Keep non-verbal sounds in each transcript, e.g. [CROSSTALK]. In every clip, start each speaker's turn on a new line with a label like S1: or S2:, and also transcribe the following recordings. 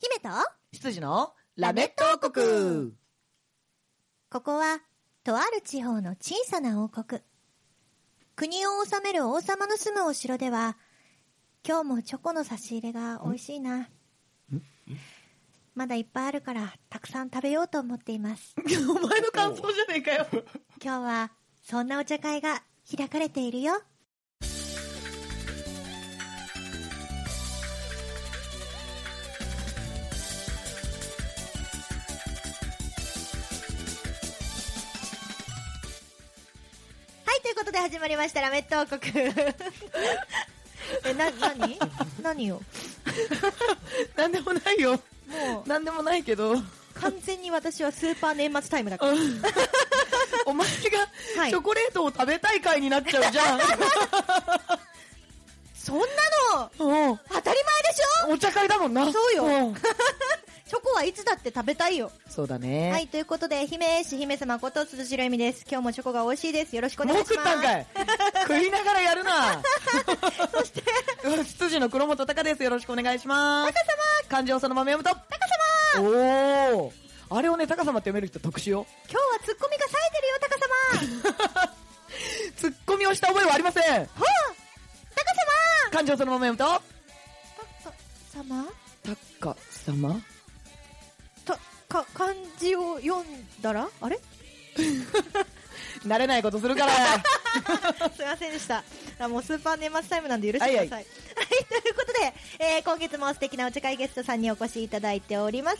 S1: 姫と
S2: 羊のラメット王国
S1: ここはとある地方の小さな王国国を治める王様の住むお城では今日もチョコの差し入れが美味しいなまだいっぱいあるからたくさん食べようと思っています
S2: お前の感想じゃねえかよ。
S1: 今日はそんなお茶会が開かれているよはいということで始まりましたラメット王国えな何何よ
S2: [LAUGHS] なんでもないよ。
S1: もう
S2: なんでもないけ [LAUGHS] ど、
S1: 完全に私はスーパー年末タイムだから
S2: お前
S1: は
S2: が
S1: い
S2: チョコレートを食べたい回になっちゃうじゃん。
S1: そんなの
S2: [LAUGHS] うん
S1: 当たり前でしょ
S2: お茶会だもんな。
S1: そうよ
S2: [LAUGHS] ん
S1: チョコはいつだって食べたいよ
S2: そうだね。
S1: はい、ということで、姫絵師姫様こと鈴代恵美です。今日もチョコが美味しいです。よろしくお
S2: もう
S1: 願いし
S2: 食
S1: ま
S2: ったん
S1: す。
S2: かい食いながらやるなそして羊の黒本隆ですよろしくお願いします高様漢字をそのまま読むと高様おおあれをね高様って読める人特殊よ
S1: 今日はツッコミが冴えてるよ、
S2: ツッコミをした覚えはありません漢字をそのまま読む
S1: 高様。様
S2: と高様
S1: と、か、漢字を読んだらあ
S2: [LAUGHS]
S1: れ
S2: 慣れないことするから [LAUGHS]
S1: すいませんでした。あもうスーパー年末タイムなんで許してください。は、
S2: は
S1: は、
S2: いいはい
S1: ということで、えー今月も素敵なお茶会ゲストさんにお越しいただいております。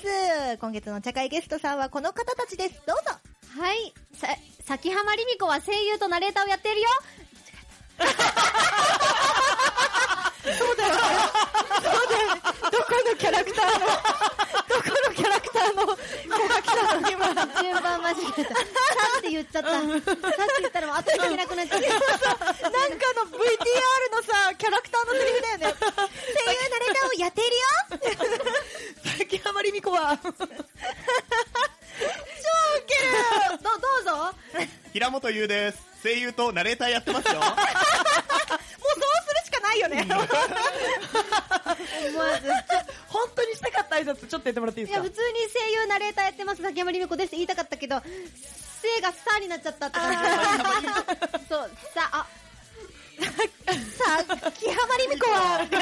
S1: 今月のお茶会ゲストさんはこの方たちです。どうぞ。
S3: はい。さ、崎浜りみ子は声優とナレーターをやっているよ。
S1: どこのキャラクターの、どこのキャラクターの子が来たの今。
S3: 順番間違えた。さって言っちゃった。さって言ったらもう後で聞けなくなっちゃっ
S1: なんかの VTR のさ、キャラクターのセリフだよね。声優ナレーターをやっているよ
S2: 崎浜りみ子は
S3: た。 [LAUGHS] ど、どうぞ。
S4: 平本優です。声優とナレーターやってますよ。
S1: もうそうするしかないよね。
S3: 思わず。
S2: 本当にしたかった挨拶ちょっとやってもらっていい
S3: い
S2: です
S3: や、
S2: か
S3: 普通に声優ナレーターやってます、崎浜りみ子ですって言いたかったけど、せがさになっちゃったって感じ。そう、さ、あ、
S1: さあ、木浜りみ子は、超ウケ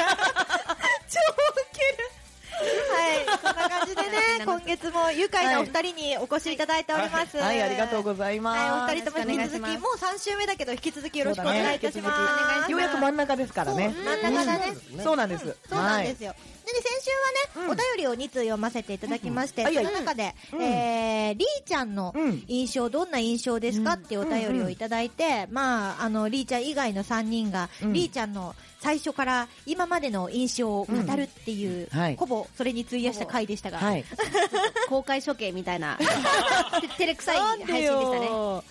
S1: る。はい、そんな感じでね、今月も愉快なお二人にお越しいただいております。
S2: はいありがとうございます、
S1: はい、お二人とも引き
S3: よろし
S1: 続き、
S3: くお願いします
S1: もう三週目だけど、引き続きよろしくお願いいたしま
S2: そうだね
S1: す。
S2: ようやく真ん中ですからね
S1: そう真ん中だね
S2: うんそうなんです、
S1: そうなんですよ。でね、先週はね、
S2: うん
S1: お便りを2通読ませていただきまして、
S2: うんはい
S1: そ
S2: はい
S1: の中で、
S2: うん
S1: えー、りーちゃんの
S2: うん
S1: 印象、どんな印象ですかっていうお便りをいただいて、まあ、あの、りーちゃん以外の3人が、
S2: うん
S1: りーちゃんの最初から今までの印象を語るっていう、
S2: うんはい
S1: ほぼそれに費やした回でしたが、
S2: はい
S3: 公開処刑みたい [LAUGHS] な、照れくさい
S2: な
S3: 配
S2: ん
S3: 信
S2: で
S3: でしたね。
S2: よ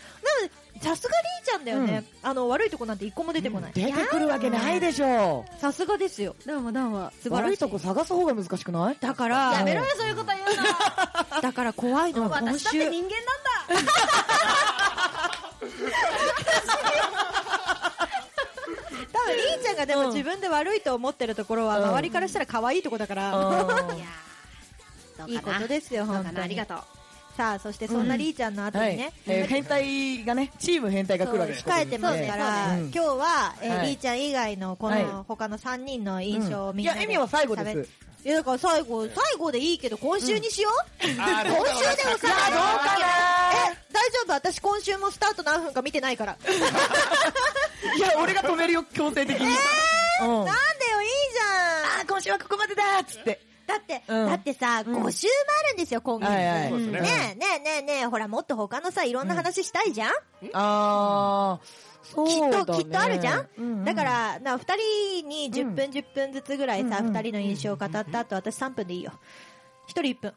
S1: さすがりーちゃんだよね、あの、悪いとこなんて一個も出てこない。
S2: 出てくるわけないでしょ
S1: さすがですよ。
S3: どうもどうも。
S2: う
S1: 素晴らしい
S2: 悪いとこ探す方が難しくない
S1: だから、
S3: やめろよ、そういうこと言うの。
S1: だから怖いのは今
S3: 私だっ
S1: 週
S3: て、人間なんだ。
S1: 多分りーちゃんがでも自分で悪いと思ってるところは、
S2: うん
S1: 周りからしたら可愛いとこだから、
S3: いやーどうかない
S1: いことですよ、
S3: どう
S1: 本
S3: か
S1: 当
S3: な
S1: に。
S3: ありがとう。
S1: [LAUGHS] さあ、そしてそんなりーちゃんの後
S2: は
S1: に
S2: い
S1: ね、
S2: えー変態がねチーム変態が来るわけです
S1: 控えてますか
S2: こ
S1: ら、
S2: こに
S1: 今
S2: ね
S1: 日は、えー
S2: はい
S1: りーちゃん以外のこ
S2: はい
S1: の他の3人の印象を
S2: うん
S1: み
S2: い
S1: んな
S2: や
S1: で。
S2: エミは最後で
S1: 喋っ
S2: す。
S1: いや、だから最後、最後でいいけど、今週にしよう、今
S4: あー
S1: 週でも最後
S4: いやどうか
S1: え、大丈夫私今週もスタート何分か見てないから。なんでよ、
S2: いや俺が止めるよ強制的に、うんあ
S1: いいじゃん
S2: ー今週はここまでだーっつって
S1: だって、
S2: うん
S1: だってさ、
S2: うん
S1: 5週もあるんですよ、今月。
S2: はいはい
S4: そうですね
S1: ねえねえねえねえ、ほら、もっと他のさ、いろんな話したいじゃん、
S2: あー
S1: き
S2: そう
S1: っ
S2: だ
S1: と、
S2: ね
S1: きっとあるじゃん、
S2: うう
S1: だから、な、二人に10分、
S2: う
S1: 10分ずつぐらいさ、
S2: うんうん
S1: 二人の印象を語った後、私3分でいいよ。一人1分。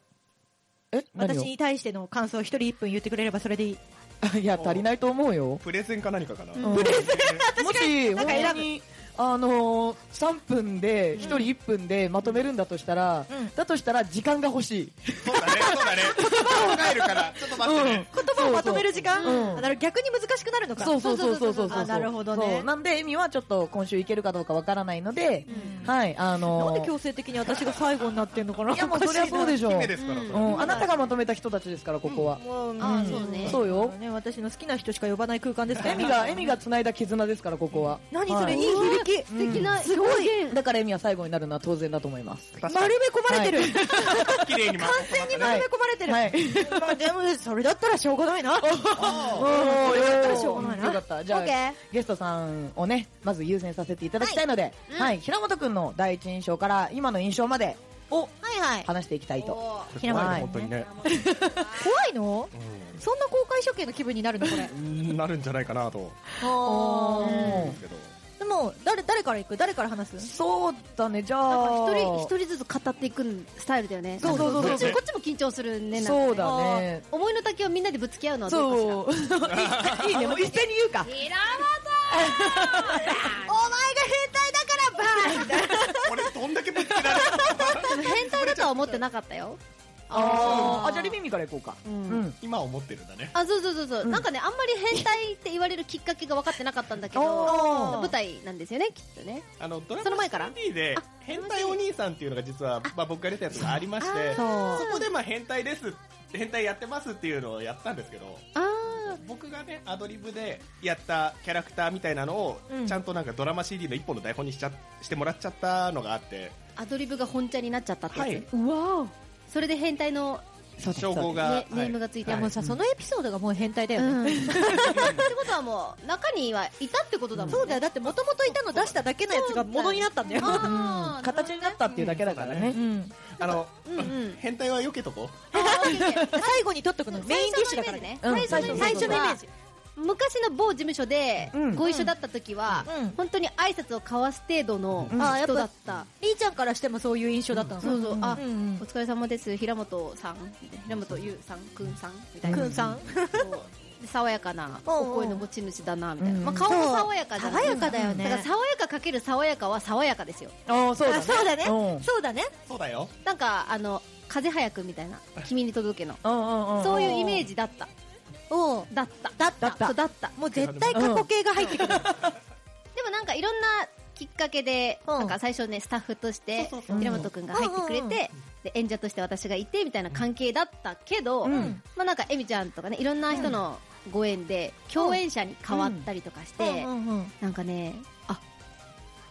S2: え何
S1: 私
S2: を
S1: に対しての感想を一人1分言ってくれればそれでいい。
S2: [LAUGHS] いや足りないと思
S1: [LAUGHS]
S2: うよ
S4: プレゼンか何かかな。
S2: プレゼンもし
S1: なんか選ぶ
S2: 本当にあのー、3分で1人1分でまとめるんだとしたら、
S1: うん
S2: だとしたら時間が欲しい
S4: そうだね。そうだね。考えるから、ちょっと待ってね。
S1: 言葉をまとめる時間
S2: そうそううん
S1: あなるほど逆に難しくなるのか
S2: そうそうそうそうそうそう
S1: あなるほどね
S2: そうなんでエミはちょっと今週いけるかどうかわからないので、はいあの
S1: なんで強制的に私が最後になってんのかない
S2: やもうそりゃそうでしょう
S4: 姫ですから、それ
S2: うん、あなたがまとめた人たちですからここは、
S1: もう
S3: あ
S1: うん
S3: そうね
S2: そうよ
S1: ね私の好きな人しか呼ばない空間ですから
S2: エミがエミが繋いだ絆ですからここは
S1: 何それいい
S2: は
S1: 響き
S3: 素敵な表現
S1: すごい
S2: いだからエミは最後になるのは当然だと思います
S4: 確か
S1: 丸
S4: に
S1: め込まれてる
S2: は
S4: 綺麗に完全
S1: に丸め込まれてる
S2: はい
S1: まあでもそれだったらしょうが [LAUGHS] ないな
S2: おーよ
S1: らしょうがないな
S2: よかったじゃあ、
S1: オッケー
S2: ゲストさんをねまず優先させていただきたいので、はい
S3: うん
S2: 平本くんの第一印象から今の印象までを
S1: はいはい
S2: 話していきたいと
S3: おー
S1: 平
S2: 本
S4: 本
S2: ね
S4: 本当にね。
S1: 怖いのそんな公開処刑の気分になるのこれ
S4: うんなるんじゃないかなと。
S2: おー
S4: けど
S1: でも誰誰から行く誰から話す
S2: そうだねじゃ
S3: なん
S2: あ
S3: か一人一人ずつ語っていくスタイルだよね
S2: そうそうそう
S3: こっちもこっちも緊張するねなんかね
S2: そうだね
S3: 思いの丈をみんなでぶつけ合うのはどうかしら
S2: そういいいいねもう一 [LAUGHS] 斉に言うか
S1: お前が変態だからバーンみたいな
S4: 俺どんだけぶつけられる
S3: でも変態だとは思ってなかったよ
S2: あーあじゃあリミミからいこうか
S3: うん
S2: うん
S4: 今思ってるんだね。
S3: あそうそうそうそう、
S2: うん
S3: なんかねあんまり変態って言われるきっかけが分かってなかったんだけ
S2: おー
S3: ど舞台なんですよねきっとね
S4: あのドラ
S3: その
S4: マ
S3: 前から
S4: CD で
S3: あ
S4: 変態お兄さんっていうのが実はまあ僕が出たやつがありまして、そ
S2: そう
S4: こでまあ変態です。変態やってますっていうのをやったんですけど
S3: あ
S4: 僕がねアドリブでやったキャラクターみたいなのを、
S1: うん
S4: ちゃんとなんかドラマ CD の一本の台本にしちゃしてもらっちゃったのがあって
S3: アドリブが本茶になっちゃったってやつ、
S4: はいう
S3: わーそれで変態の
S2: そうです
S4: 称号
S3: ね、
S4: が、
S3: ネームがついて
S1: いやもう
S3: ます、
S1: さ、そのエピソードがもう変態だよね、
S3: うんってことはもう中にはいたってことだもんね
S1: そうだよだってもともといたの出しただけのやつがものになったんだよ、
S3: あー
S2: うん形になったっていうだけだからね
S1: [LAUGHS] うん、
S4: あの
S3: うんうん
S4: 変態は避けとこ
S3: あーオッケーオッケー
S1: 最後に取っとくのメインディッシュだから
S3: ね
S2: うん
S3: 最初のイメ
S1: 最
S3: ージ
S1: 初のイメージ
S3: 昔の某事務所で
S2: うん
S3: ご一緒だった時は、
S1: うん
S3: 本当に挨拶を交わす程度の
S2: うん
S1: あーやっぱ
S3: 人だった、
S1: りーちゃんからしてもそういう印象だったの、
S3: そうそうあ、
S1: うんうん
S3: お疲れ様です平本さん平本優さんくんさんみたいな
S1: くんさん
S3: そうで爽やかな
S1: おうおう
S3: お声の持ち主だなみたいな、
S2: うん
S3: まあ、顔も爽やかじゃない
S1: 爽やかだよね
S3: だから爽やかかける爽やかは爽やかですよ
S2: ああそうだ
S1: あ
S2: ね
S1: そうだね、
S2: うん
S1: そうだね
S4: うそう
S3: [LAUGHS]
S4: だよ
S3: なんかあの風早くみたいな君に届けの
S2: うんうんうん
S3: そういうイメージだった
S1: おう
S3: だった
S1: だった
S2: だった
S3: そうだった
S1: もう絶対過去形が入ってくる、
S3: でもなんかいろんなきっかけで、
S1: うん
S3: なんか最初ねスタッフとして
S4: そうそ
S2: そ
S4: う
S2: う
S3: 平本君が入ってく
S1: う
S3: れて、
S1: んうんうん
S3: で演者として私がいてみたいな関係だったけど、
S2: うん
S3: まあなんかエミちゃんとかねいろんな人のご縁で共演者に変わったりとかして、
S1: うんうんうん
S3: なんかねあ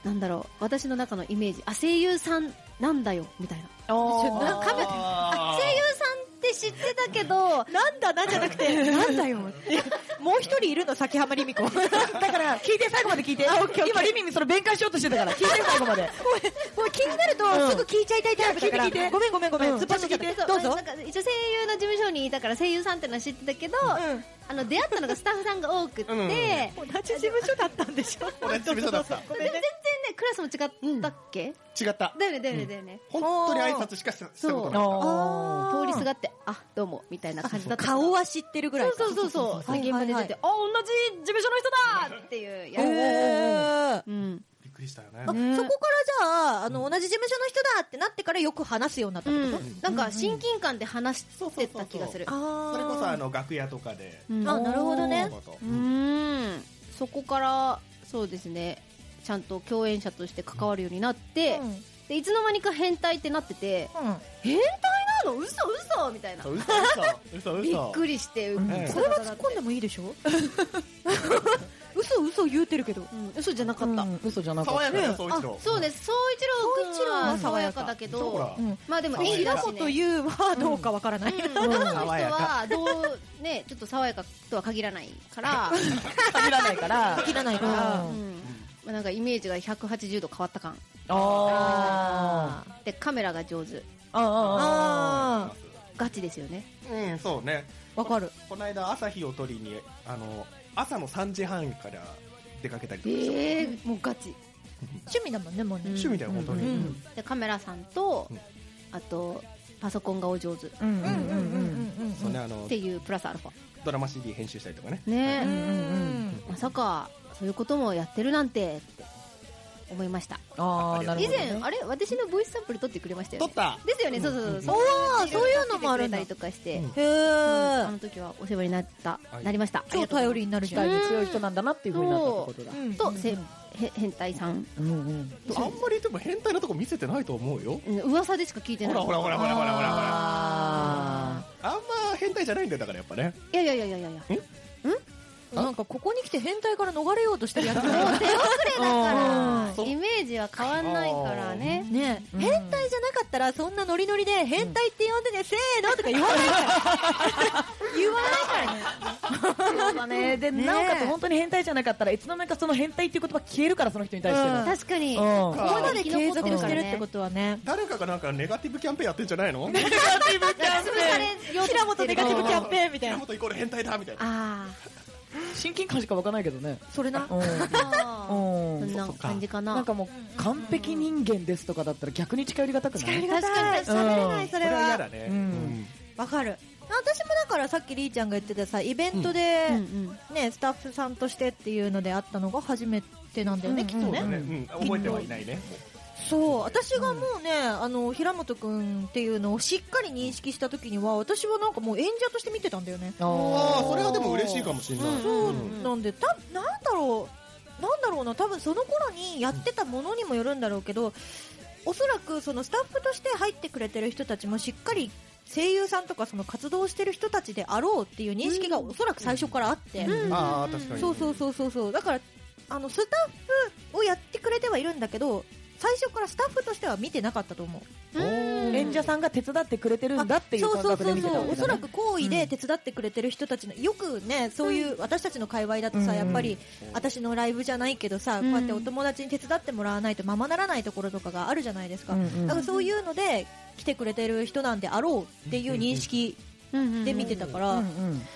S3: なんだろう私の中のイメージあ声優さんなんだよみたいな
S2: あー
S3: なんかカメ
S4: あ
S3: 声優さんって知ってたけど
S1: なんだなんじゃなくてなんだよいやもう一人いるの崎浜りみ子
S2: [LAUGHS] だから聞いて最後まで聞いて今リミミそれ弁解しようとしてたから聞いて最後まで
S1: もう気になると
S2: うん
S1: すぐ聞いちゃいたいタイプだから、
S2: 聞いて聞いて
S1: ごめんごめんごめん、
S2: うん
S1: 突っ走っちゃっ
S3: そう
S1: てどうぞ
S3: なんか一応声優の事務所にいたから声優さんってのは知ってたけど、
S1: うん
S3: あの出会ったのがスタッフさんが多くって、
S4: うん
S3: でで
S1: 同じ事務所だったんでしょ
S4: 同じ事務所だった
S1: ご
S3: も
S1: め
S3: 全
S1: んね
S3: 然ねクラスも違ったっけ、
S4: 違った
S3: だよねだよねだよね、
S4: 本当に挨拶しかしたしたことなかっ
S2: あ
S1: あー
S3: 通りすがってあどうもみたいな感じだったから
S1: 顔は知ってるぐらいか
S3: そうそうそうそう
S1: はい
S3: 現場で出て、あ同じ事務所の人だっていうやつ、
S1: へー
S3: うん
S4: たびっくりしたよね
S1: あ
S3: ね
S1: そこからじゃああの同じ事務所の人だってなってからよく話すようになった
S3: う
S1: って
S3: ん
S1: こと、
S3: なんか親近感で話してた気がする
S1: あ
S4: それこそあ
S1: あ
S4: の楽屋とかで
S3: うん
S1: あなるほどね
S4: そうそう
S3: う
S4: そ
S3: ーんそこからそうですねちゃんと共演者として関わるようになって、
S1: うん
S3: でいつの間にか変態ってなってて変態なの嘘嘘みたいな
S4: う嘘嘘嘘嘘
S3: びっくりして、
S2: うん
S3: うん
S1: それは突っ込んでもいいでしょ嘘嘘言うてるけど
S3: うん嘘じゃなか
S2: う
S3: った、
S2: ん嘘じゃなかっ
S4: 爽
S2: た
S4: やかだ総一
S3: あ
S4: 郎
S3: そうです総一郎君は爽やかだけ
S4: そう
S3: ど
S4: だ
S1: うん
S3: まあでも
S4: 爽やか
S3: 演技
S1: 平
S3: だし、
S1: 本
S3: ね、
S1: 優はどうかわからない、
S3: うん中の人はどうねちょっと爽やかとは限らないから、
S2: 限らないから
S1: 限らないか
S2: あ
S1: ら
S2: ー
S3: うんまあ、なんかイメージが180度変わった感
S2: あー
S3: でカメラが上手
S2: あー
S1: あ
S2: あ
S3: ガチですよね
S4: うんそうね
S1: あわかる
S4: この間朝日を取りにあの朝の3時半から出かけたりとかして
S3: えー、もうガチ
S1: 趣味だもんねもうね、
S4: 趣味だよ本当
S2: う
S4: に
S2: ん
S3: でカメラさんと
S4: うん
S3: あとパソコンがお上手っ
S2: ーうん
S1: うんう
S2: う
S1: んうんうん
S2: ん
S1: うんうん
S4: そうねあの
S3: ていうプラスアルファ
S4: ドラマ CD 編集したりとかね
S3: ね
S2: うんうんうん
S1: うん
S3: まさかそういうこともやってるなんてって思いました
S2: ああ、なる
S3: 以
S2: ほど、ね。
S3: 前あれ私のボイスサンプル撮ってくれましたよね
S2: 撮った
S3: ですよねそうそうそう
S1: おーそういうのもあるんだ
S3: 撮ってくれたりとかして、
S4: うん
S1: へ
S3: あ
S1: え
S3: の時はお世話になった、
S4: はい
S3: なりました
S1: 超頼りになる
S2: 期
S1: じゃん
S2: 待に強い人なんだなっていうふうになったってことだ。
S1: うん
S3: と、せへ変態さん
S2: うんうん。
S4: あんまりでも変態なとこ見せてないと思うよ
S3: うん噂でしか聞いてな
S4: ほ
S3: い
S4: らほらほらほらほらほらほら
S2: あ
S4: あんま変態じゃないんだよだからやっぱね
S3: いやいやいやいやいや
S1: なんかここに来て変態から逃れようとしてるやつ
S3: もう手遅れだか
S2: あ
S3: ら
S4: ーそう
S3: イメージは変わんないからね
S1: ねえ、
S2: うん
S1: 変態じゃなかったらそんなノリノリで変態って呼んでね、せーのとか言わないから言わないからね
S2: そうだね。で、
S1: [LAUGHS] ねえ
S2: なおかつ本当に変態じゃなかったら、いつの間にかその変態っていう言葉消えるから、その人に対して
S1: うん
S2: の。
S3: 確かに
S2: うん。
S1: ここまで継続してるってことはね
S4: 誰かがなんかネガティブキャンペーンやってんじゃないの
S2: ネガティブキャンペーン。
S1: 平本ネガティブキャンペーンみたい
S4: 平
S1: な
S4: 本イコール変態だみたいな
S3: あ
S2: 親近感しかわかんないけどね。
S1: それな
S2: うん
S3: あ
S2: う
S3: そん
S2: ん。
S3: な感じかな
S2: なんかもう、完璧人間ですとかだったら逆に近寄りがたくな
S1: 確
S2: い
S1: かに
S2: 確かに
S1: 喋れないそ
S4: そ
S1: れ
S4: れは嫌
S1: は
S4: だね
S2: う
S4: うんん
S1: わかる私もだからさっきりーちゃんが言ってたさイベントで、
S3: うんうん
S1: ね、スタッフさんとしてっていうのであったのが初めてなんだよね、
S2: うん
S1: きっと
S4: そうだね
S1: ね
S4: うん覚えてはいないね
S1: そう私がもうね、あの平本君っていうのをしっかり認識した時には私はなんかもう演者として見てたんだよね、
S4: ああ
S2: あ
S4: それはでも嬉しいかもしれない
S3: うん
S1: そう
S3: うん
S1: なんでたなんだろうなんだろうな多分その頃にやってたものにもよるんだろうけどおそらくそのスタッフとして入ってくれてる人たちもしっかり声優さんとかその活動してる人たちであろうっていう認識がおそらく最初からあって、
S3: うん
S4: ああ確かに
S1: そうそうそうそうそうだからあのスタッフをやってくれてはいるんだけど最初からスタッフとしては見てなかったと思う
S3: うん
S2: 演者さんが手伝ってくれてるんだっていう感覚で見てたわ
S1: お
S2: け
S1: そ
S2: だ
S1: ら
S2: ね
S1: く好意で手伝ってくれてる人たちのよくねそういう私たちの界隈だとさ、
S2: うん
S1: やっぱり私のライブじゃないけどさ、
S3: うん
S1: こうやってお友達に手伝ってもらわないとままならないところとかがあるじゃないですか、
S2: うんうん
S1: だからそういうので来てくれてる人なんであろうっていう認識
S3: うんうん
S1: で見てたから、
S2: うんうん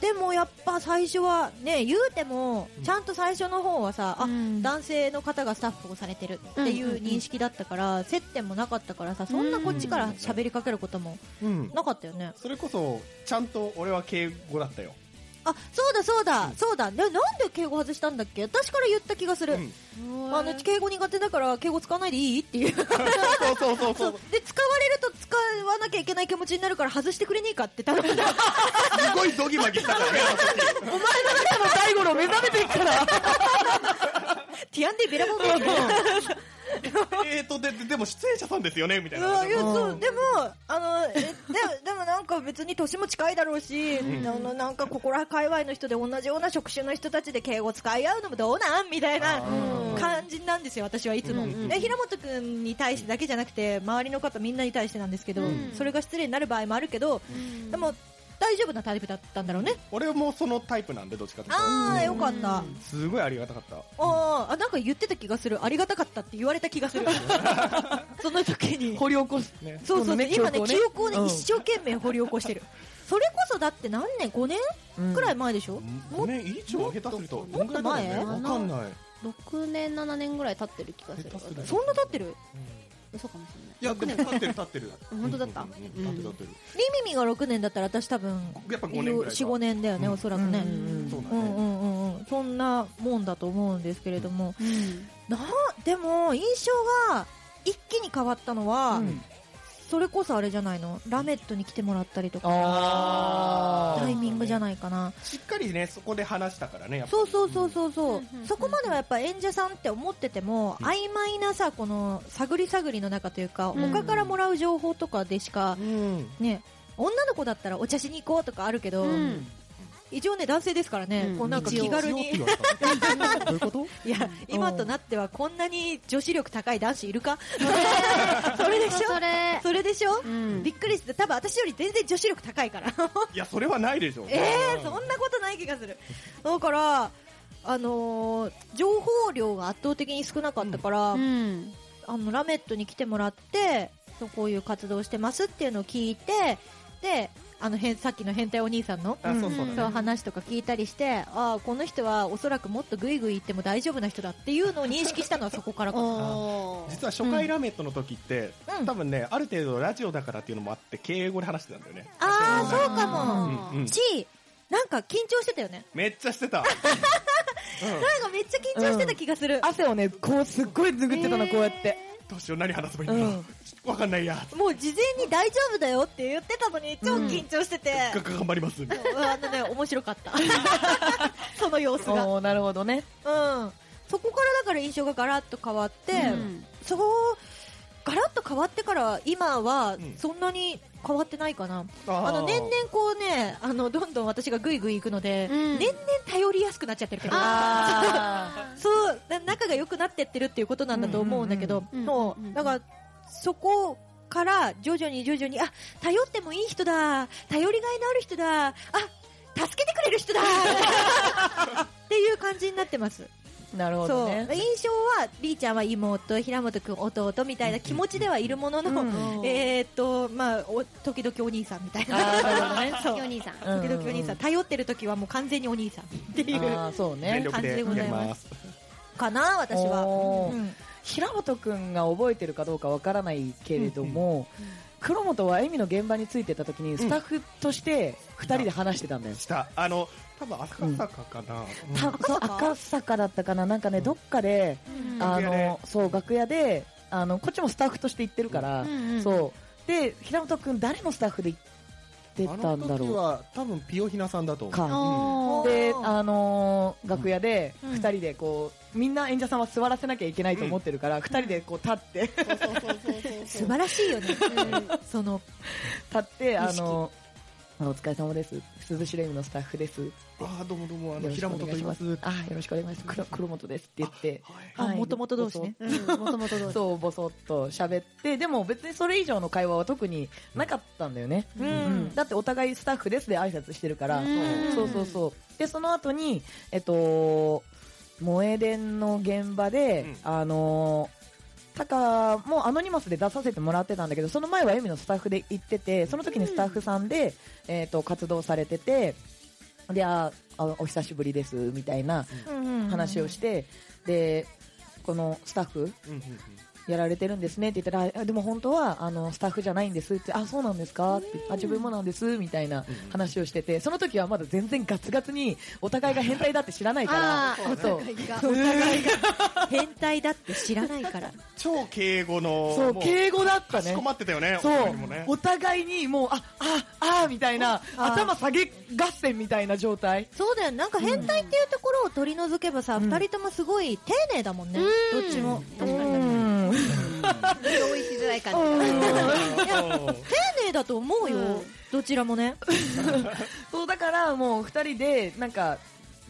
S1: でもやっぱ最初はね言うてもちゃんと最初の方はさ、あ
S3: うん
S1: 男性の方がスタッフをされてるっていう認識だったから、接点もなかったからさそんなこっちから喋りかけることも
S4: うん
S1: なかったよね、
S4: それこそちゃんと俺は敬語だったよ
S1: あそうだそうだ、そうだでなんで敬語外したんだっけ私から言った気がする、
S4: うん
S1: あの敬語苦手だから敬語使わないでいいっていう
S4: そうそうそう
S1: そ
S4: そうう
S1: で使われると使わなきゃいけない気持ちになるから外してくれねえかって頼んだ
S4: すごいゾギマギしたからね
S2: あの大五郎目覚めて
S1: [LAUGHS]
S2: っから
S1: ティアンデイベラボンベラ
S4: えーとでででも出演者さんですよねみたいな
S1: うんいやそううんでもあのえででもなんか別に年も近いだろうし、
S4: ん
S1: あのなんかここら界隈の人で同じような職種の人たちで敬語使い合うのもどうなんみたいな
S4: あー
S1: 感じなんですよ私はいつも、
S3: うんうん
S1: で平本君に対してだけじゃなくて周りの方みんなに対してなんですけど、
S3: うん
S1: それが失礼になる場合もあるけど、でも大丈夫なタイプだったんだろうね
S4: 俺もそのタイプなんでどっちかというと
S1: ああよかった、
S3: うん
S4: すごいありがたかった
S1: あーあなんか言ってた気がするありがたかったって言われた気が [LAUGHS] するその時に
S2: 掘り起こすね
S1: そうそうそう、今ね、記憶をね、
S2: うん
S1: 一生懸命掘り起こしてる。それこそだって何年 ?5 年くらい前でしょ、も
S4: 5年以上下手するとどんぐらいだろうね
S3: もっと
S4: わ
S3: 前
S4: かんない
S3: 6年7年ぐらい経ってる気がする
S4: 下手する
S1: そんな経ってる
S3: 嘘かもしれない
S4: いやでも立ってる立ってる
S3: 本当だった
S4: うんうんうん立ってる立ってる
S1: リミミが6年だったら私多分、
S4: やっぱ5年ぐらい
S1: 4、5年だよね、
S4: うん
S1: おそらくね。
S4: そうだ
S1: うんう
S4: ね
S1: んうんうん。そんなもんだと思うんですけれども。
S3: うん
S1: な、でも、印象が一気に変わったのは、それこそあれじゃないのラメットに来てもらったりとか、
S2: あ
S1: タイ
S2: ー
S1: ミングじゃないかな。
S4: しっかりねそこで話したからねやっぱ
S1: そうそうそうそうそう、
S3: うんうん
S1: そこまではやっぱ演者さんって思ってても、
S4: うん
S1: 曖昧なさこの探り探りの中というか、
S3: うん
S1: 他からもらう情報とかでしか
S4: うん
S1: ね女の子だったらお茶しに行こうとかあるけど、
S3: うん
S1: 一応ね男性ですからね、
S3: うん
S1: こうなんか
S3: 一応
S1: 気軽に
S4: 強
S1: い
S4: いって
S1: [LAUGHS]
S4: 言われたのどういうこと
S1: や今となってはこんなに女子力高い男子いる
S3: [LAUGHS]
S1: かそれでしょ
S3: それ
S1: それでしょ、
S3: うん
S1: びっくりして多分私より全然女子力高いから
S4: いやそれはないでしょ
S1: えー、そんなことない気がする。だから、あのー情報量が圧倒的に少なかったから、
S3: うん
S1: あの、ラメットに来てもらって、そうこういう活動してますっていうのを聞いて、で、あの、へんさっきの変態お兄さんの、
S4: あそうそう
S1: そう
S4: だね
S1: 話とか聞いたりして、ああ、この人はおそらくもっとグイグイ言っても大丈夫な人だっていうのを認識したのはそこ
S3: [LAUGHS]
S1: からかな。
S3: おー
S4: 実は初回ラメットの時って
S1: うん
S4: 多分ねある程度ラジオだからっていうのもあって敬語で話してたんだよね
S1: あーそうか
S4: う
S1: も
S4: んうん
S1: し、なんか緊張してたよね。
S2: [LAUGHS]
S4: めっちゃしてた
S1: なんかめっちゃ緊張してた気がする。
S2: 汗をね、こうすっごい拭ってたの、こうやって。
S4: どうしよう、何話せばいいんだろ
S2: う。
S4: うんわかんないや。
S1: もう事前に大丈夫だよって言ってたのに、超緊張してて。
S4: が頑張ります。
S1: うんあのね、面白かった。その様子が。
S2: おーなるほどね。
S1: うん。そこからだから印象がガラッと変わって、
S3: うん
S1: そこ、ガラッと変わってから今は
S4: うん
S1: そんなに変わってないかな。
S4: あ
S1: あの、年々こうね、あの、どんどん私がぐいぐい行くので、
S3: うん
S1: 年々頼りやすくなっちゃってるけど。
S2: あ
S1: そう、な仲が良くなってってるっていうことなんだと思うんだけど、
S3: うんうんうん
S1: そう
S3: うんうんうん
S1: だから、そこから徐々に徐々に、あ、頼ってもいい人だ、頼りがいのある人だ、あ、助けてくれる人だっていう感じになってます。
S2: ーなるほ
S1: そ
S2: ど
S1: う。
S2: ね。
S1: 印象は、りーちゃんは妹、平本くん弟みたいな気持ちではいるものの、
S2: うん
S1: えーっと、まあ、お時々お兄さんみたいな。
S2: あーなるほどね。
S1: そう。
S3: お兄さん
S2: うん
S1: 時々お兄さん。頼ってる時はもう完全にお兄さんっていう
S2: あーそうね。
S4: 全力でやります。
S1: かな、私は。
S2: おー
S1: うん
S2: 平本くんが覚えてるかどうかわからないけれども、黒本はエミの現場についてた時にスタッフとして二人で話してたんだよ。
S4: した、あの、多分赤坂かな。うん
S2: たそう赤坂だったかななんかね、どっかで、
S1: うん
S2: あ
S4: 楽屋
S2: の、そう、楽屋で、あの、こっちもスタッフとして行ってるから、
S3: うんうん
S2: そう。で、平本くん誰のスタッフで行ってた
S4: あ
S2: んだ
S4: の時
S2: ろ
S4: は多分ピオヒナさんだと
S2: う
S4: 思う。
S2: か。
S3: おー
S2: で、
S1: うん
S2: あのー楽屋で
S1: うん
S2: 二人でこう、みんな演者さんは座らせなきゃいけないと思ってるから、二人でこう立って、 [LAUGHS]
S4: そうそうそうそうそ
S1: 素
S4: う
S1: 晴らしいよね。その、
S2: 立って、あのーお疲れ様です。鈴代エミのスタッフです。
S4: ああ、どうもどうも、あ
S2: よ
S4: の、
S2: ろしく
S4: 平
S2: お
S4: 本と
S2: 願い
S4: 言い
S2: しま
S4: ますす。。
S2: あ、よろしくお願いします。黒黒本ですって言って。
S4: はい
S1: あ、
S2: はい
S1: もともと同士ね。
S3: もともとどうぞ
S2: そう、ぼそっと喋って、でも別にそれ以上の会話は特になかったんだよね。
S1: うん。
S2: だってお互いスタッフですで挨拶してるから、
S3: うん
S2: そうそうそう。で、その後に、えっと、萌え伝の現場で、
S4: うん
S2: あのー、タカもアノニマスで出させてもらってたんだけど、その前はエミのスタッフで行ってて、その時にスタッフさんで、えっと、活動されてて、で、あ、あお久しぶりです、みたいな話をしてて、で、このスタッフ
S4: うんうん
S2: やられてるんですねって言ったら、あでも本当はあのスタッフじゃないんですって、あ、そうなんですかって、あ、自分もなんですみたいな
S4: うん
S2: 話をしてて、その時はまだ全然ガツガツにお互いが変態だって知らないか
S3: あ
S2: ら、そう
S1: 変態だって知らないから。
S4: 超敬語の、
S2: そう、
S4: も
S2: 敬語だった
S4: かし
S2: ね
S4: こ。まってたよね、
S2: そう
S4: お互いにもね、
S2: お互いにもう、あ、あ、あ、みたいな、
S1: あ
S2: 頭下げ合戦みたいな状態。
S1: [LAUGHS] そうだよ、なんか変態っていうところを取り除けばさ、
S2: うん
S1: 二人ともすごい丁寧だもんね。
S3: う
S1: ど
S3: ん
S1: っちも。
S2: う
S1: 確かに。
S2: ん。
S3: 同意しづらい感じ
S1: 丁寧だと思うよ
S3: うん、
S1: どちらもね。
S2: そうだからもう二人でなんか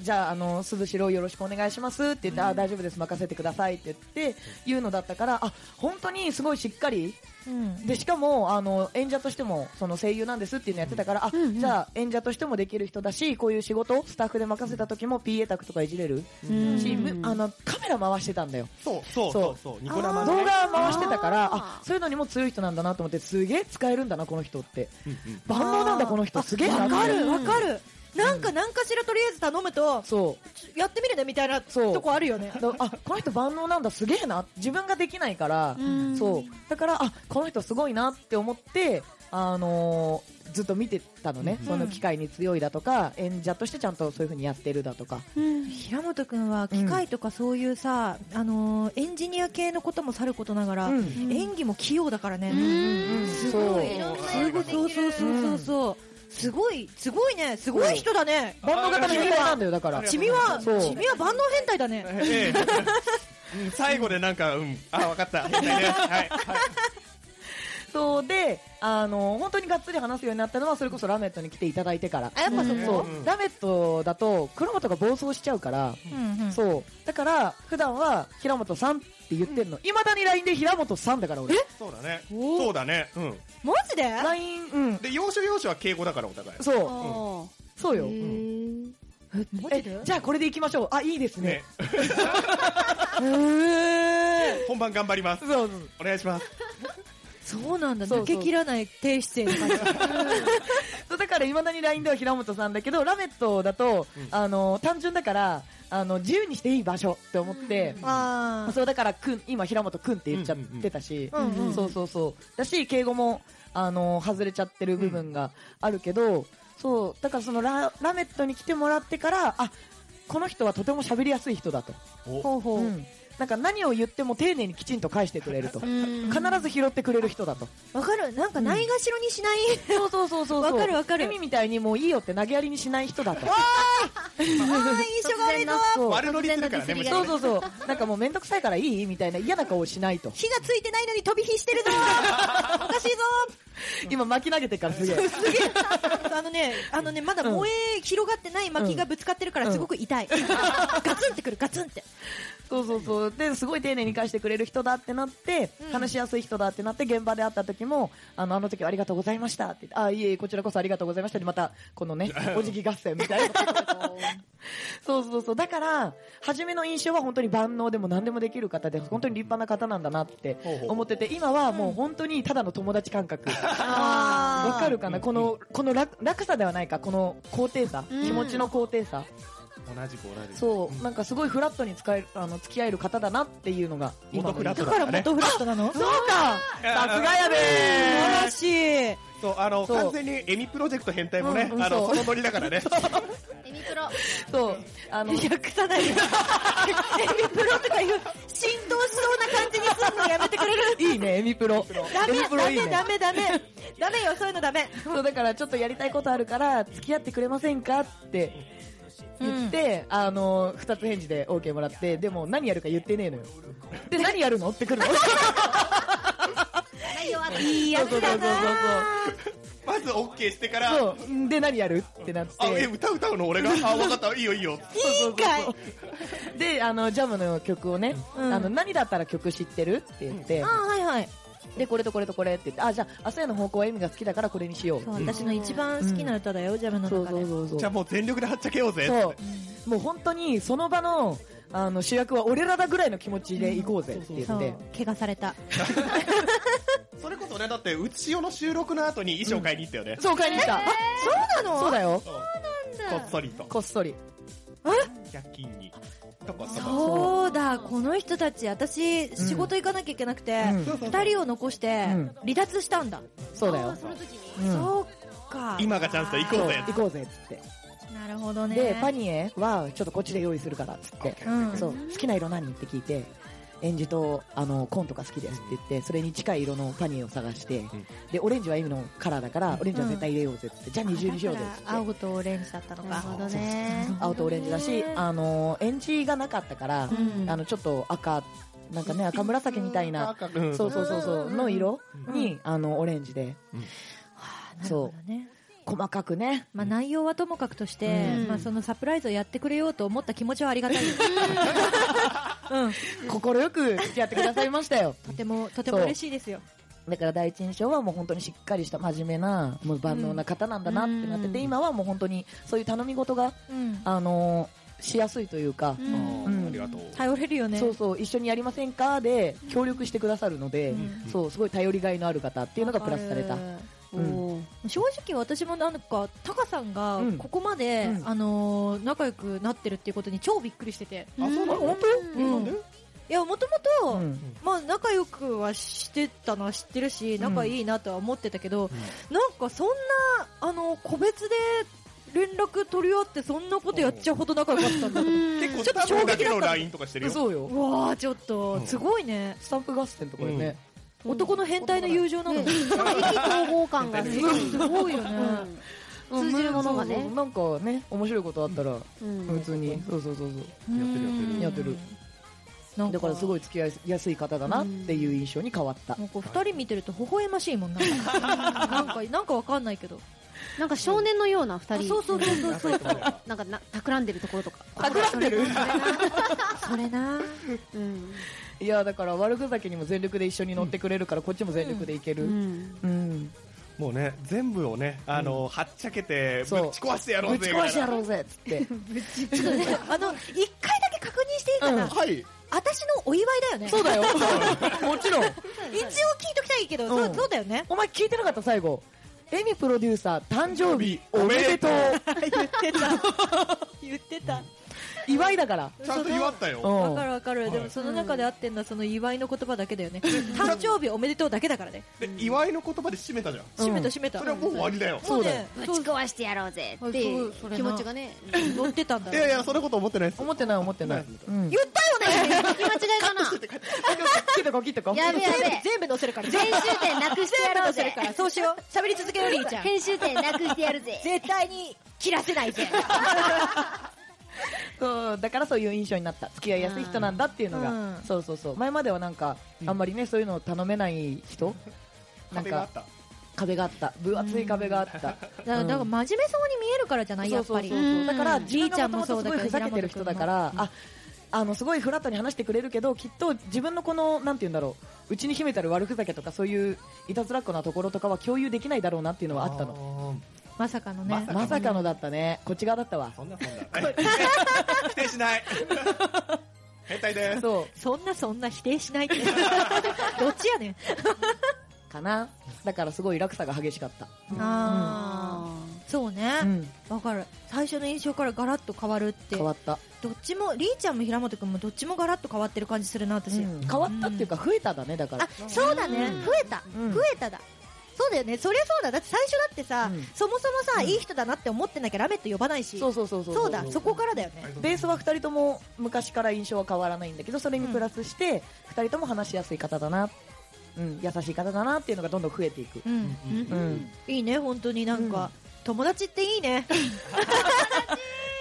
S2: じゃああの鈴代をよろしくお願いしますって言って、あ大丈夫です任せてくださいって言って言うのだったからあ本当にすごいしっかり
S1: うん。
S2: でしかもあの演者としてもその声優なんですっていうのやってたから、
S3: うんうん
S2: あじゃあ演者としてもできる人だしこういう仕事スタッフで任せた時も PA 宅とかいじれる
S1: うん
S2: し、む
S3: うん
S2: あのカメラ回してたんだよ
S4: そうそうそうそうニコ生
S2: 動
S4: のね
S2: 画回してたから
S3: あー
S2: あそういうのにも強い人なんだなと思ってすげえ使えるんだなこの人って
S4: うんうん
S2: 万能なんだこの人すげえな
S1: わ
S2: って
S1: かる、わかる。なんか、なんかしらとりあえず頼むと、
S2: そう
S1: やってみるねみたいな
S2: そう
S1: とこあるよね。
S2: だあこの人万能なんだすげえな自分ができないから、
S3: うん
S2: そうだからあこの人すごいなって思ってあのーずっと見てたのね、
S4: うん
S2: その機械に強いだとか演者としてちゃんとそういう風にやってるだとか、
S1: 平本くんは機械とかそういうさ、あのーエンジニア系のこともさることながら、
S2: うん
S1: 演技も器用だからね、
S2: うん
S1: すごい
S2: そう
S1: すごいそうそうそうそうそうすごいすごいねすごい人だね
S2: 万能型の変態なんだよだから
S4: あ
S1: チミは
S2: そう
S1: チミは万能変態だね
S4: ええうん最後でなんかうんあわかった変態ねはいはい
S2: そうであのー本当にがっつり話すようになったのはそれこそラメットに来ていただいてから
S1: あやっぱそ
S2: そ
S1: こ
S2: う、
S4: うん
S2: ラメットだと黒本が暴走しちゃうから、
S1: うんうん
S2: そうだから普段は平本さんって言ってんのいま、未だに LINE で平本さんだから俺
S4: そうだね
S1: お
S4: そうだねうん
S1: マジで
S2: LINE うん
S4: で要所要所は敬語だからお互い
S2: そうそうよ
S1: マジ
S2: え
S1: で
S2: じゃあこれでいきましょうあいいですね
S4: ね本番頑張ります
S2: そうそう
S4: お願いします
S1: そうなんだ
S2: そう
S1: 抜け切らない低
S2: [LAUGHS]
S1: 姿勢の感じ
S2: そうだからいまだに LINE では平本さんだけどラメットだと、
S4: うん
S2: あの単純だからあの自由にしていい場所って思って、
S1: あ
S2: そうだからくん今平本くんって言っちゃってたし、
S1: うんうんうん
S2: そうそうそうだし敬語もあの外れちゃってる部分があるけど、そうだからそのララメットに来てもらってからあこの人はとても喋りやすい人だと、
S4: お
S1: ほうほう。
S2: うんなんか何を言っても丁寧にきちんと返してくれると
S1: うん
S2: 必ず拾ってくれる人だと
S1: わかるなんかないがしろにしない。
S2: そうそうそうそう
S1: わかるわかる
S2: エミみたいにもういいよって投げやりにしない人だと
S1: ああ、印象が悪いぞ。
S2: そう
S4: 悪乗りするからね、
S3: 突然のディスりが
S2: そう
S4: う
S2: そうそうなんかもう面倒くさいからいいみたいな嫌な顔をしないと
S1: 火がついてないのに飛び火
S2: [LAUGHS]
S1: してるぞ。おかしいぞ。
S2: 今巻き投げてからすげえ
S1: すげえ。あのね、あのね、まだ燃え広がってない薪がぶつかってるからすごく痛い。ガツンってくる、ガツンって。
S2: そうそうそうですごい丁寧に返してくれる人だってなって、
S1: うん
S2: 話しやすい人だってなって現場で会った時もあのあの時はありがとうございましたって言ってあいえいえこちらこそありがとうございましたでまたこ [LAUGHS] のねお辞儀合戦みたいなそうそうそうだから初めの印象は本当に万能でも何でもできる方で本当に立派な方なんだなって
S4: ほうほう
S2: 思ってて今はもう本当にただの友達感覚
S1: [LAUGHS] あー
S2: わかるかなこのこの楽楽さではないかこの高低差、
S1: うん
S2: 気持ちの高低差
S4: 同じく同じく
S2: そう、
S4: ん
S2: なんかすごいフラットに使えるあの付き合える方だなっていうのが今
S4: 元
S2: の
S4: フラッ
S1: だ
S4: ト
S1: から
S4: だね
S1: 元フラットなの [LAUGHS] 素
S2: そうかさすがやで
S1: 晴らしい。
S4: そうあの
S2: そう
S4: 完全にエミプロジェクト変態もね、
S2: うん
S4: あ
S2: そ
S4: の
S2: う
S4: そのノリだからね
S3: エミプロ。
S2: ーそうあの
S1: 略さないで。エビプロとかいう浸透しそうな感じにするのやめてくれる。
S2: いいねエミプロ
S1: ダメ
S2: エミプロいいね
S1: ダメダメダメダメよそういうのダメ。
S2: そうだからちょっとやりたいことあるから付き合ってくれませんかって言って、あの2つ返事で OK もらってでも何やるか言ってねえのよで何やるのってくる
S1: [LAUGHS]
S2: の
S3: 内容は。
S1: いいやつだな
S4: まず OK してから
S2: そうそうで何やるってなって
S4: あえ歌歌うの俺があ分かったいいよいいよ
S2: い
S1: いかい
S2: であのジャムの曲をね、
S1: うん
S2: あの何だったら曲知ってるって言って、
S1: あはいはい。
S2: でこれとこれとこれって言ってあじゃあ朝やの方向はエミが好きだからこれにしよう
S1: そう私の一番好きな歌だよ、ジャムの
S2: そう
S1: 中
S2: そ
S1: で
S2: う。そうそう
S4: じゃあもう全力ではっちゃけようぜ
S2: そうもう本当にその場のあの主役は俺らだぐらいの気持ちで行こうぜって言
S1: そ
S2: っ
S1: う
S2: て、
S1: 怪我された。
S4: それこそねだってうちよの収録の後に衣装買いに行ったよね、
S2: そう買いに行った、
S1: そうな
S2: そう
S1: の
S2: だよ
S4: そうこっそりと
S2: こっそり
S4: 100均にとかそ
S1: そうだ、この人たち、私、仕事行かなきゃいけなくて、
S2: うん
S1: 二人を残して
S2: うん、
S1: 離脱したんだ。
S2: そうだよ
S3: あ、その時に。
S2: うん
S1: そうか。
S4: 今がチャンスだ行こ
S2: そうう
S4: ぜ
S2: 行こうぜっつって、
S1: なるほどね。
S2: でパニエはちょっとこっちで用意するからっつって、
S1: うん
S2: そう好きな色何って聞いてエンジとあのコーンとか好きですって言ってそれに近い色のパニエを探して、でオレンジはエミのカラーだからオレンジは絶対入れようぜっつって、じゃあ二重にしようぜっつって
S1: だから青とオレンジだったのか。
S3: なるほどね。
S2: 青とオレンジだし、あのエンジがなかったから、
S1: うん
S2: あのちょっと赤なんかね赤紫みたいな、
S4: 赤うん
S2: そうそうそうそうの色に、あのオレンジで
S1: あなるほどね。
S2: 細かくね
S1: まあ内容はともかくとして、
S2: うん
S1: まあそのサプライズをやってくれようと思った気持ちはありがたいです。
S2: 快く付き合ってくださいましたよ
S1: とても、とても嬉しいですよ。
S2: だから第一印象はもう本当にしっかりした真面目なもう万能な方なんだなってなってて、
S1: うん
S2: 今はもう本当にそういう頼み事が、
S1: うん。
S2: あのしやすいというか、
S1: う
S4: あ
S1: ん
S4: ーありがとう、
S1: 頼れるよね。
S2: そうそう一緒にやりませんかで協力してくださるので、
S1: うん
S2: そうすごい頼りがいのある方っていうのがプラスされた
S1: わか。る
S2: うん
S3: おー
S1: 正直私もなんかタカさんが
S2: うん
S1: ここまで、
S2: うん
S1: あのー仲良くなってるっていうことに超びっくりしてて、
S4: あそうなの
S2: 本
S1: う
S4: えなんで
S1: いやもともと、
S2: うん
S1: まあ、仲良くはしてたのは知ってるし
S2: ん
S1: 仲いいなとは思ってたけど、なんかそんなあの個別で連絡取り合ってそんなことやっちゃうほど仲良かったんだと思っ
S4: 結構
S1: ちょ
S4: ス
S1: っと
S4: タッフだ
S1: 衝撃
S4: け
S1: だっ
S4: の
S1: た
S4: LINE とかしてるよ
S2: そうよ
S1: てうわーちょっとすごいね、
S2: スタンプ合戦とかでね、
S1: 男の変態の友情なの、 [LAUGHS]
S3: ね意気投合感がすごい。
S1: すごいよね、
S3: うん通じるものがね
S2: そうそうなんかね面白いことあったら
S3: うん
S2: 普通にそうそうそう
S4: やってるやってる
S1: うん
S2: やってる
S1: な
S2: そ
S1: ん
S2: うだからすご
S1: い
S2: い付き合いやすい方だなっていう印象に変わった
S1: なんか二人見てると微笑ましいもんななんかなんかわかんないけど
S3: なんか少年のような二
S1: あ
S3: 人。
S1: そうそうそうそうそう
S3: なんかな企んでるところとか。
S2: 企んでる
S1: それな
S3: うん。
S2: いやだから悪ふざけにも全力で一緒に乗ってくれるからこっちも全力でいけ
S3: う
S2: る
S3: ん。
S2: うん
S4: もうね全部をねあの、はっちゃけてぶち
S2: そう
S4: 壊してやろう
S2: ぶ
S4: ぜ
S2: ち壊してやろう
S4: ぜ
S2: ぜっつっ
S1: [LAUGHS]
S2: て
S1: ちょっとねあの一回だけ確認していいかな、
S2: う
S4: はい
S1: 私のお祝いだよね
S2: そうだよ [LAUGHS] もちろん
S1: 一応聞いときたいけど、
S2: うん
S1: そうそうだよね
S2: お前聞いてなかった最後エミプロデュ [LAUGHS] ーサー誕生日おめでとう
S1: 言ってた言ってた
S2: 祝いだから。
S4: ちゃんと祝ったよ。
S2: う
S5: わ
S2: ん
S5: かるわかる、でもその中で合ってんのはその祝いの言葉だけだよね、 [LAUGHS] 誕生日おめでとうだけだからね、
S4: で祝いの言葉で締めたじゃん。
S2: うん
S5: 締めた締めた、
S4: それはもう終わりだよ。
S5: そうだよ、
S3: ぶち壊してやろうぜっていう気持ちがね
S5: 乗ってたんだ
S4: いやいや、そんなこと思ってないです。
S2: 思ってない思ってない。うん
S1: 言ったよね
S3: 書き間違いかな
S2: 切っとこう切っとこう。
S3: やべやべ
S5: 全部載せるから、
S3: 編集点なくしてやろう
S5: 全部載せる
S3: ぜ
S5: から、そうしよう、喋り続けよう、りーちゃん、
S3: 編集点なくしてやるぜ
S5: 絶対に
S3: 切らせないぜ
S2: そうだからそういう印象になった付き合いやすい人なんだっていうのが、
S1: うん
S2: そうそうそう前まではなんか、あんまりねそういうのを頼めない人なん
S4: 壁があ
S2: か
S4: った。
S2: 壁があった分厚い壁があった、
S5: だから、
S2: うん
S5: だから真面目そうに見えるからじゃない、
S2: そ
S5: や
S2: う
S5: っ
S2: そう
S5: ぱ
S2: そ
S5: り。
S2: うそう
S3: うん
S2: だから自分
S5: りーちゃん
S2: が
S5: も
S2: もと
S5: そ
S2: も
S5: う
S2: と
S5: だけど
S2: すごいふざけてる人だから、ああのすごいフラットに話してくれるけどきっと自分のこのなんて言うんだろううちに秘めたる悪ふざけとかそういういたずらっ子なところとかは共有できないだろうなっていうのはあったの
S4: の。
S5: まさかの
S4: ま
S5: ね
S4: さ。
S2: まさかのだったねこっち側だったわ
S4: そんなそんな。否定しない。変態です。
S2: そう
S5: そんなそんな否定し
S1: [LAUGHS]
S5: ないって。どっちやねん。
S2: かなだからすごい落差が激しかった、
S1: あ
S5: そうね
S2: う。ん、
S5: わ、かる。最初の印象からガラッと変わるって。
S2: 変わった
S5: どっちも、りーちゃんも平本くんもどっちもガラッと変わってる感じするな、私。
S2: うん変わったっていうか増えただねだから
S1: あそうだね
S2: うん
S1: 増えた
S2: うん
S1: 増えただそうだよねそりゃそうだだって最初だってさ
S2: うん
S1: そもそもさいい人だなって思ってなきゃラメット呼ばないし
S2: そうそうそうそう
S1: そうだそこからだよね
S2: ベースは2人とも昔から印象は変わらないんだけどそれにプラスして2人とも話しやすい方だな、うん、優しい方だなっていうのがどんどん増えていく、
S5: うん。
S2: うん
S5: いいね、本当になんか、
S2: うん
S5: 友達っていい
S2: [LAUGHS]
S5: ね。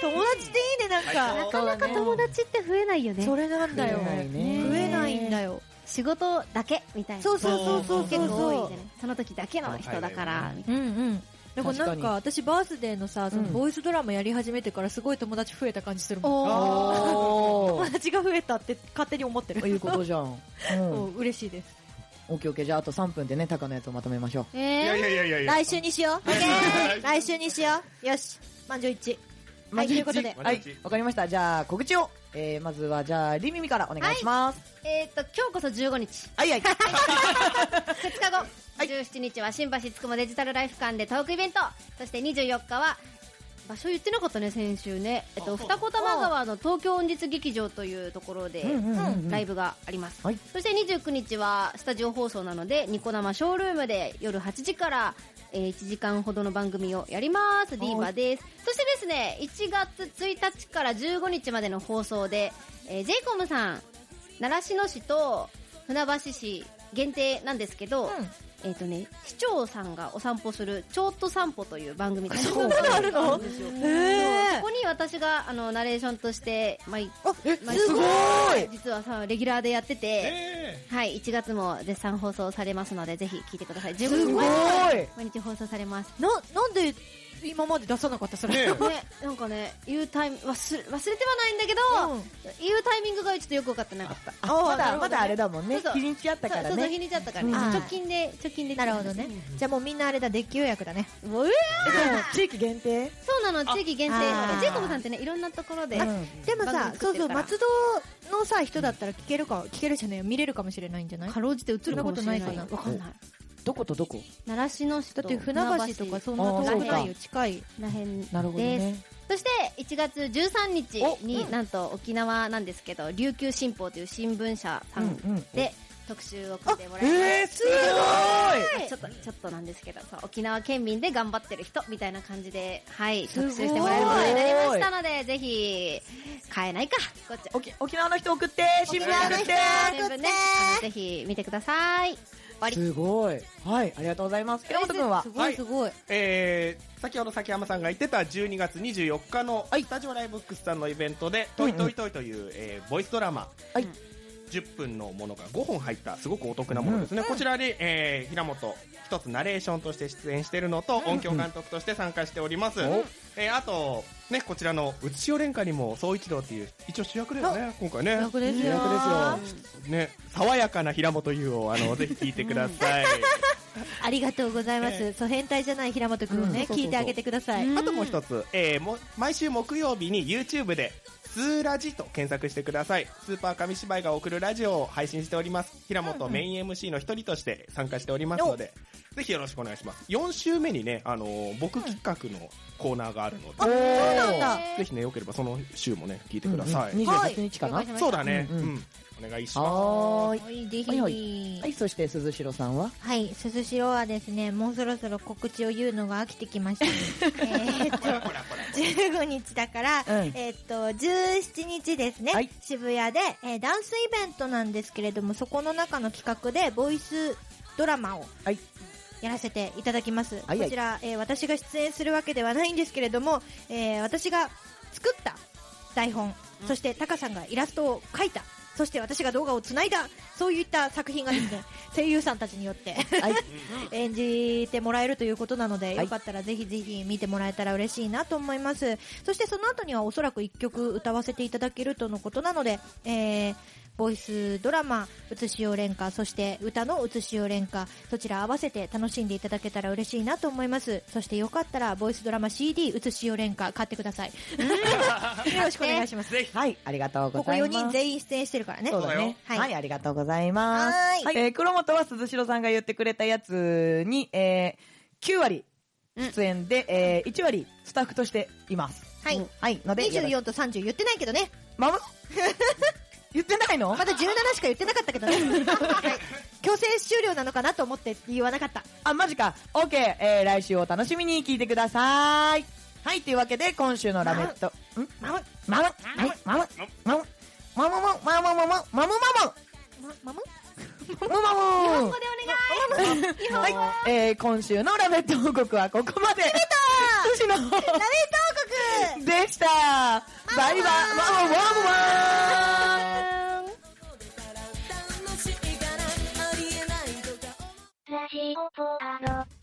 S5: 友達っていいね、なんか。
S4: 最
S3: なかなか友達って増えないよね
S5: それなんだよ。
S2: 増えないね
S5: 増えないんだよ。
S3: 仕事だけみたいな
S1: そうそうそうそうそう
S3: 結構多いじゃ
S1: そ
S3: ないその時だけの人だからみたい
S5: うんうん。だからな
S2: 確
S5: ん
S2: か
S5: か私バースデーのさ、その
S2: うん
S5: ボイスドラマやり始めてからすごい友達増えた感じするもん。
S4: ー
S2: お
S5: [LAUGHS] 友達が増えたって勝手に思
S2: [LAUGHS]
S5: ってる。
S2: おいうことじゃん、う、
S5: うんん嬉しいです。
S2: オッケーオッケーじゃああと3分でねタカのやつをまとめましょう
S3: ない
S4: やい
S3: え
S4: やいやいや
S1: う
S4: いや。
S1: 来週にしよう
S4: 来週
S1: OK
S4: 来
S1: 来週にしようよし満場一致
S2: はいということ
S4: マ
S2: で
S4: ジ
S2: はいわかりましたじゃあ告知を、えー、まずはじゃあリミミからお願いします
S3: ーえーっと今日こそ15日
S2: はいはい
S3: 2日後、17日は新橋つくもデジタルライフ館でトークイベントそして24日は場所言ってなかったね先週ね、えっと、二子玉川の東京音実劇場というところで
S2: うんうんうんうん
S3: ライブがあります、
S2: はい
S3: そして29日はスタジオ放送なのでニコ生ショールームで夜8時から、えー1時間ほどの番組をやりますディーバですそしてですね1月1日から15日までの放送で、えー、j イコムさん習志野市と船橋市限定なんですけど、えっ、とね市長さんがお散歩するちょっと散歩という番組が
S2: そんなのあるの
S3: んですよ
S2: へえ
S3: ここに私があのナレーションとして毎
S2: え
S3: 毎
S2: すごい
S3: 実はさレギュラーでやってて、
S4: え
S3: はい1月も絶賛放送されますのでぜひ聞いてください15
S2: す
S3: 日
S2: ごい
S3: 毎日毎日放送されます
S5: な、なんで今まで出さなかったそれ。
S4: ねえ
S3: ね、なんかね、言うタイミ忘忘れてはないんだけど、言うタイミングがちょっとよく分かってなかった。
S2: あま
S5: なる
S2: だ
S5: ほどね
S2: まだあれだもんね
S3: そうそう
S2: 日にちあったから
S3: そうそう、日
S2: ね
S3: にちゃったからね。
S2: うん
S3: 貯金で、貯金で。
S1: なるほどね。じゃあもうみんなあれだデッキ予約だね
S3: うわ
S2: えでも地域限定
S3: そうなの、地域限定
S1: あ。
S3: ジェイコブさんってね、いろんなところで。
S2: うん
S1: でも
S3: 番
S1: さ
S3: 組作
S1: そ
S3: っ
S1: う
S3: て
S1: そう
S3: るから
S1: 松戸のさ人だったら聞けるか聞けるじゃねえよ見れるかもしれないんじゃない
S3: かろうじて映るかもしれ
S5: そ
S3: なんい。
S5: な
S3: わ
S5: こ
S3: かんない。
S2: どことどこ
S3: 習志野市と
S5: だって船橋とかそんな遠くないよ、近い。
S3: らへん
S2: なるほど
S3: で
S2: ね
S3: す。そして、1月13日に、なんと沖縄なんですけど、琉球新報という新聞社さん
S2: うんうん
S3: で特集を組んでもらいます。
S2: えー、すご
S3: ちょっとちょっとなんですけどそう沖縄県民で頑張ってる人みたいな感じで、はい、特集してもらえることになりましたのでぜひ買えないかこっち
S2: い沖沖縄の人送って新聞送って
S3: 全部ねあのぜひ見てください
S2: すごいはいありがとうございます平本君は
S5: すごいすごい。
S4: えー先ほど崎山さんが言ってた12月24日のスタジオライブブックスさんのイベントで「トイトイトイ」という、えーボイスドラマ、
S2: はい
S4: 10分のものが5本入ったすごくお得なものですね、こちらに、えー平本一つナレーションとして出演しているのと、音響監督として参加しております、
S2: お
S4: えーあと、ね、こちらの「うつしお連歌」にも総一郎っていう一応主役だよね今回ね
S5: 楽ですよ。
S2: 主役ですよ
S4: ね爽やかな平本優をあのぜひ聞いてください。
S1: ありがとうございます、そう変態じゃない平本君をね、
S2: うん
S1: 聞いてあげてください、
S3: うん
S4: あともう一つ、えーも毎週木曜日に YouTube でスーラジと検索してください。スーパー紙芝居が送るラジオを配信しております。平本メイン MC の一人として参加しておりますので、ぜひよろしくお願いします。4週目にね、あのー僕企画のコーナーがあるので、
S1: あ、そうなんだ。
S4: ぜひね、よければその週もね、聞いてください。
S2: 二十八日かな。
S3: はい
S2: は
S3: 了解しま
S4: そうだね、
S2: う
S4: うんん、
S2: うん
S4: お願いします。
S2: ーい。
S3: はい、ぜひ。
S2: はいはい、そして鈴代さんは。
S1: はい、鈴代はですね、もうそろそろ告知を言うのが飽きてきました。えーっと、15日だから、
S2: うん
S1: えーっと、17日ですね、
S2: はい
S1: 渋谷で、えーダンスイベントなんですけれども、そこの中の企画で、ボイスドラマを
S2: はい。
S1: やらせていただきます。
S2: はいは
S1: こ
S2: い
S1: ちら、えー私が出演するわけではないんですけれども、えー私が作った台本、そしてタカさんがイラストを描いた、そして私が動画をつないだ、そういった作品がです
S2: [LAUGHS]
S1: ね、声優さんたちによって
S2: はい。
S1: 演じてもらえるということなので、
S2: はい
S1: よかったらぜひぜひ見てもらえたら嬉しいなと思いますそしてその後にはおそらく1曲歌わせていただけるとのことなので、えーボイスドラマ「うつしお連歌」そして歌の「うつしお連歌」そちら合わせて楽しんでいただけたら嬉しいなと思いますそしてよかったらボイスドラマ CD「うつしお連歌」買ってくだ
S2: [LAUGHS]
S1: さいよろしくお願いします
S4: ぜひ。
S2: はい、ありがとう
S1: こ
S2: ご
S1: こ
S2: ざい
S1: 4
S2: ます。
S1: 人全員出演してるからね
S2: そうだね。
S1: は
S2: はいい、ありがとうございます。
S1: はーい
S2: えー黒本は鈴代さんが言ってくれたやつに、えー9割出演で、えー1割スタッフとしています。
S1: はい
S2: はい、ので、よろし
S1: 24と30言ってないけどね
S2: まぶ [LAUGHS] 言ってないの
S1: まだ17しか言ってなかったけどね、はい、強制終了なのかなと思って言わなかった
S2: あ、マジか。オッケー、えー、来週を楽しみに聞いてください。はい、というわけで、今週のラメット、ん
S1: まむ
S2: マムはい、マムマムマムマムマムマムマムマム
S1: ままむ
S2: マムマム
S3: お願い
S2: はい、えー、今週のラメット王国はここまで。ラメット
S1: ラメット王国
S2: でしたバイバイマムマムマム
S6: ラジオポアド。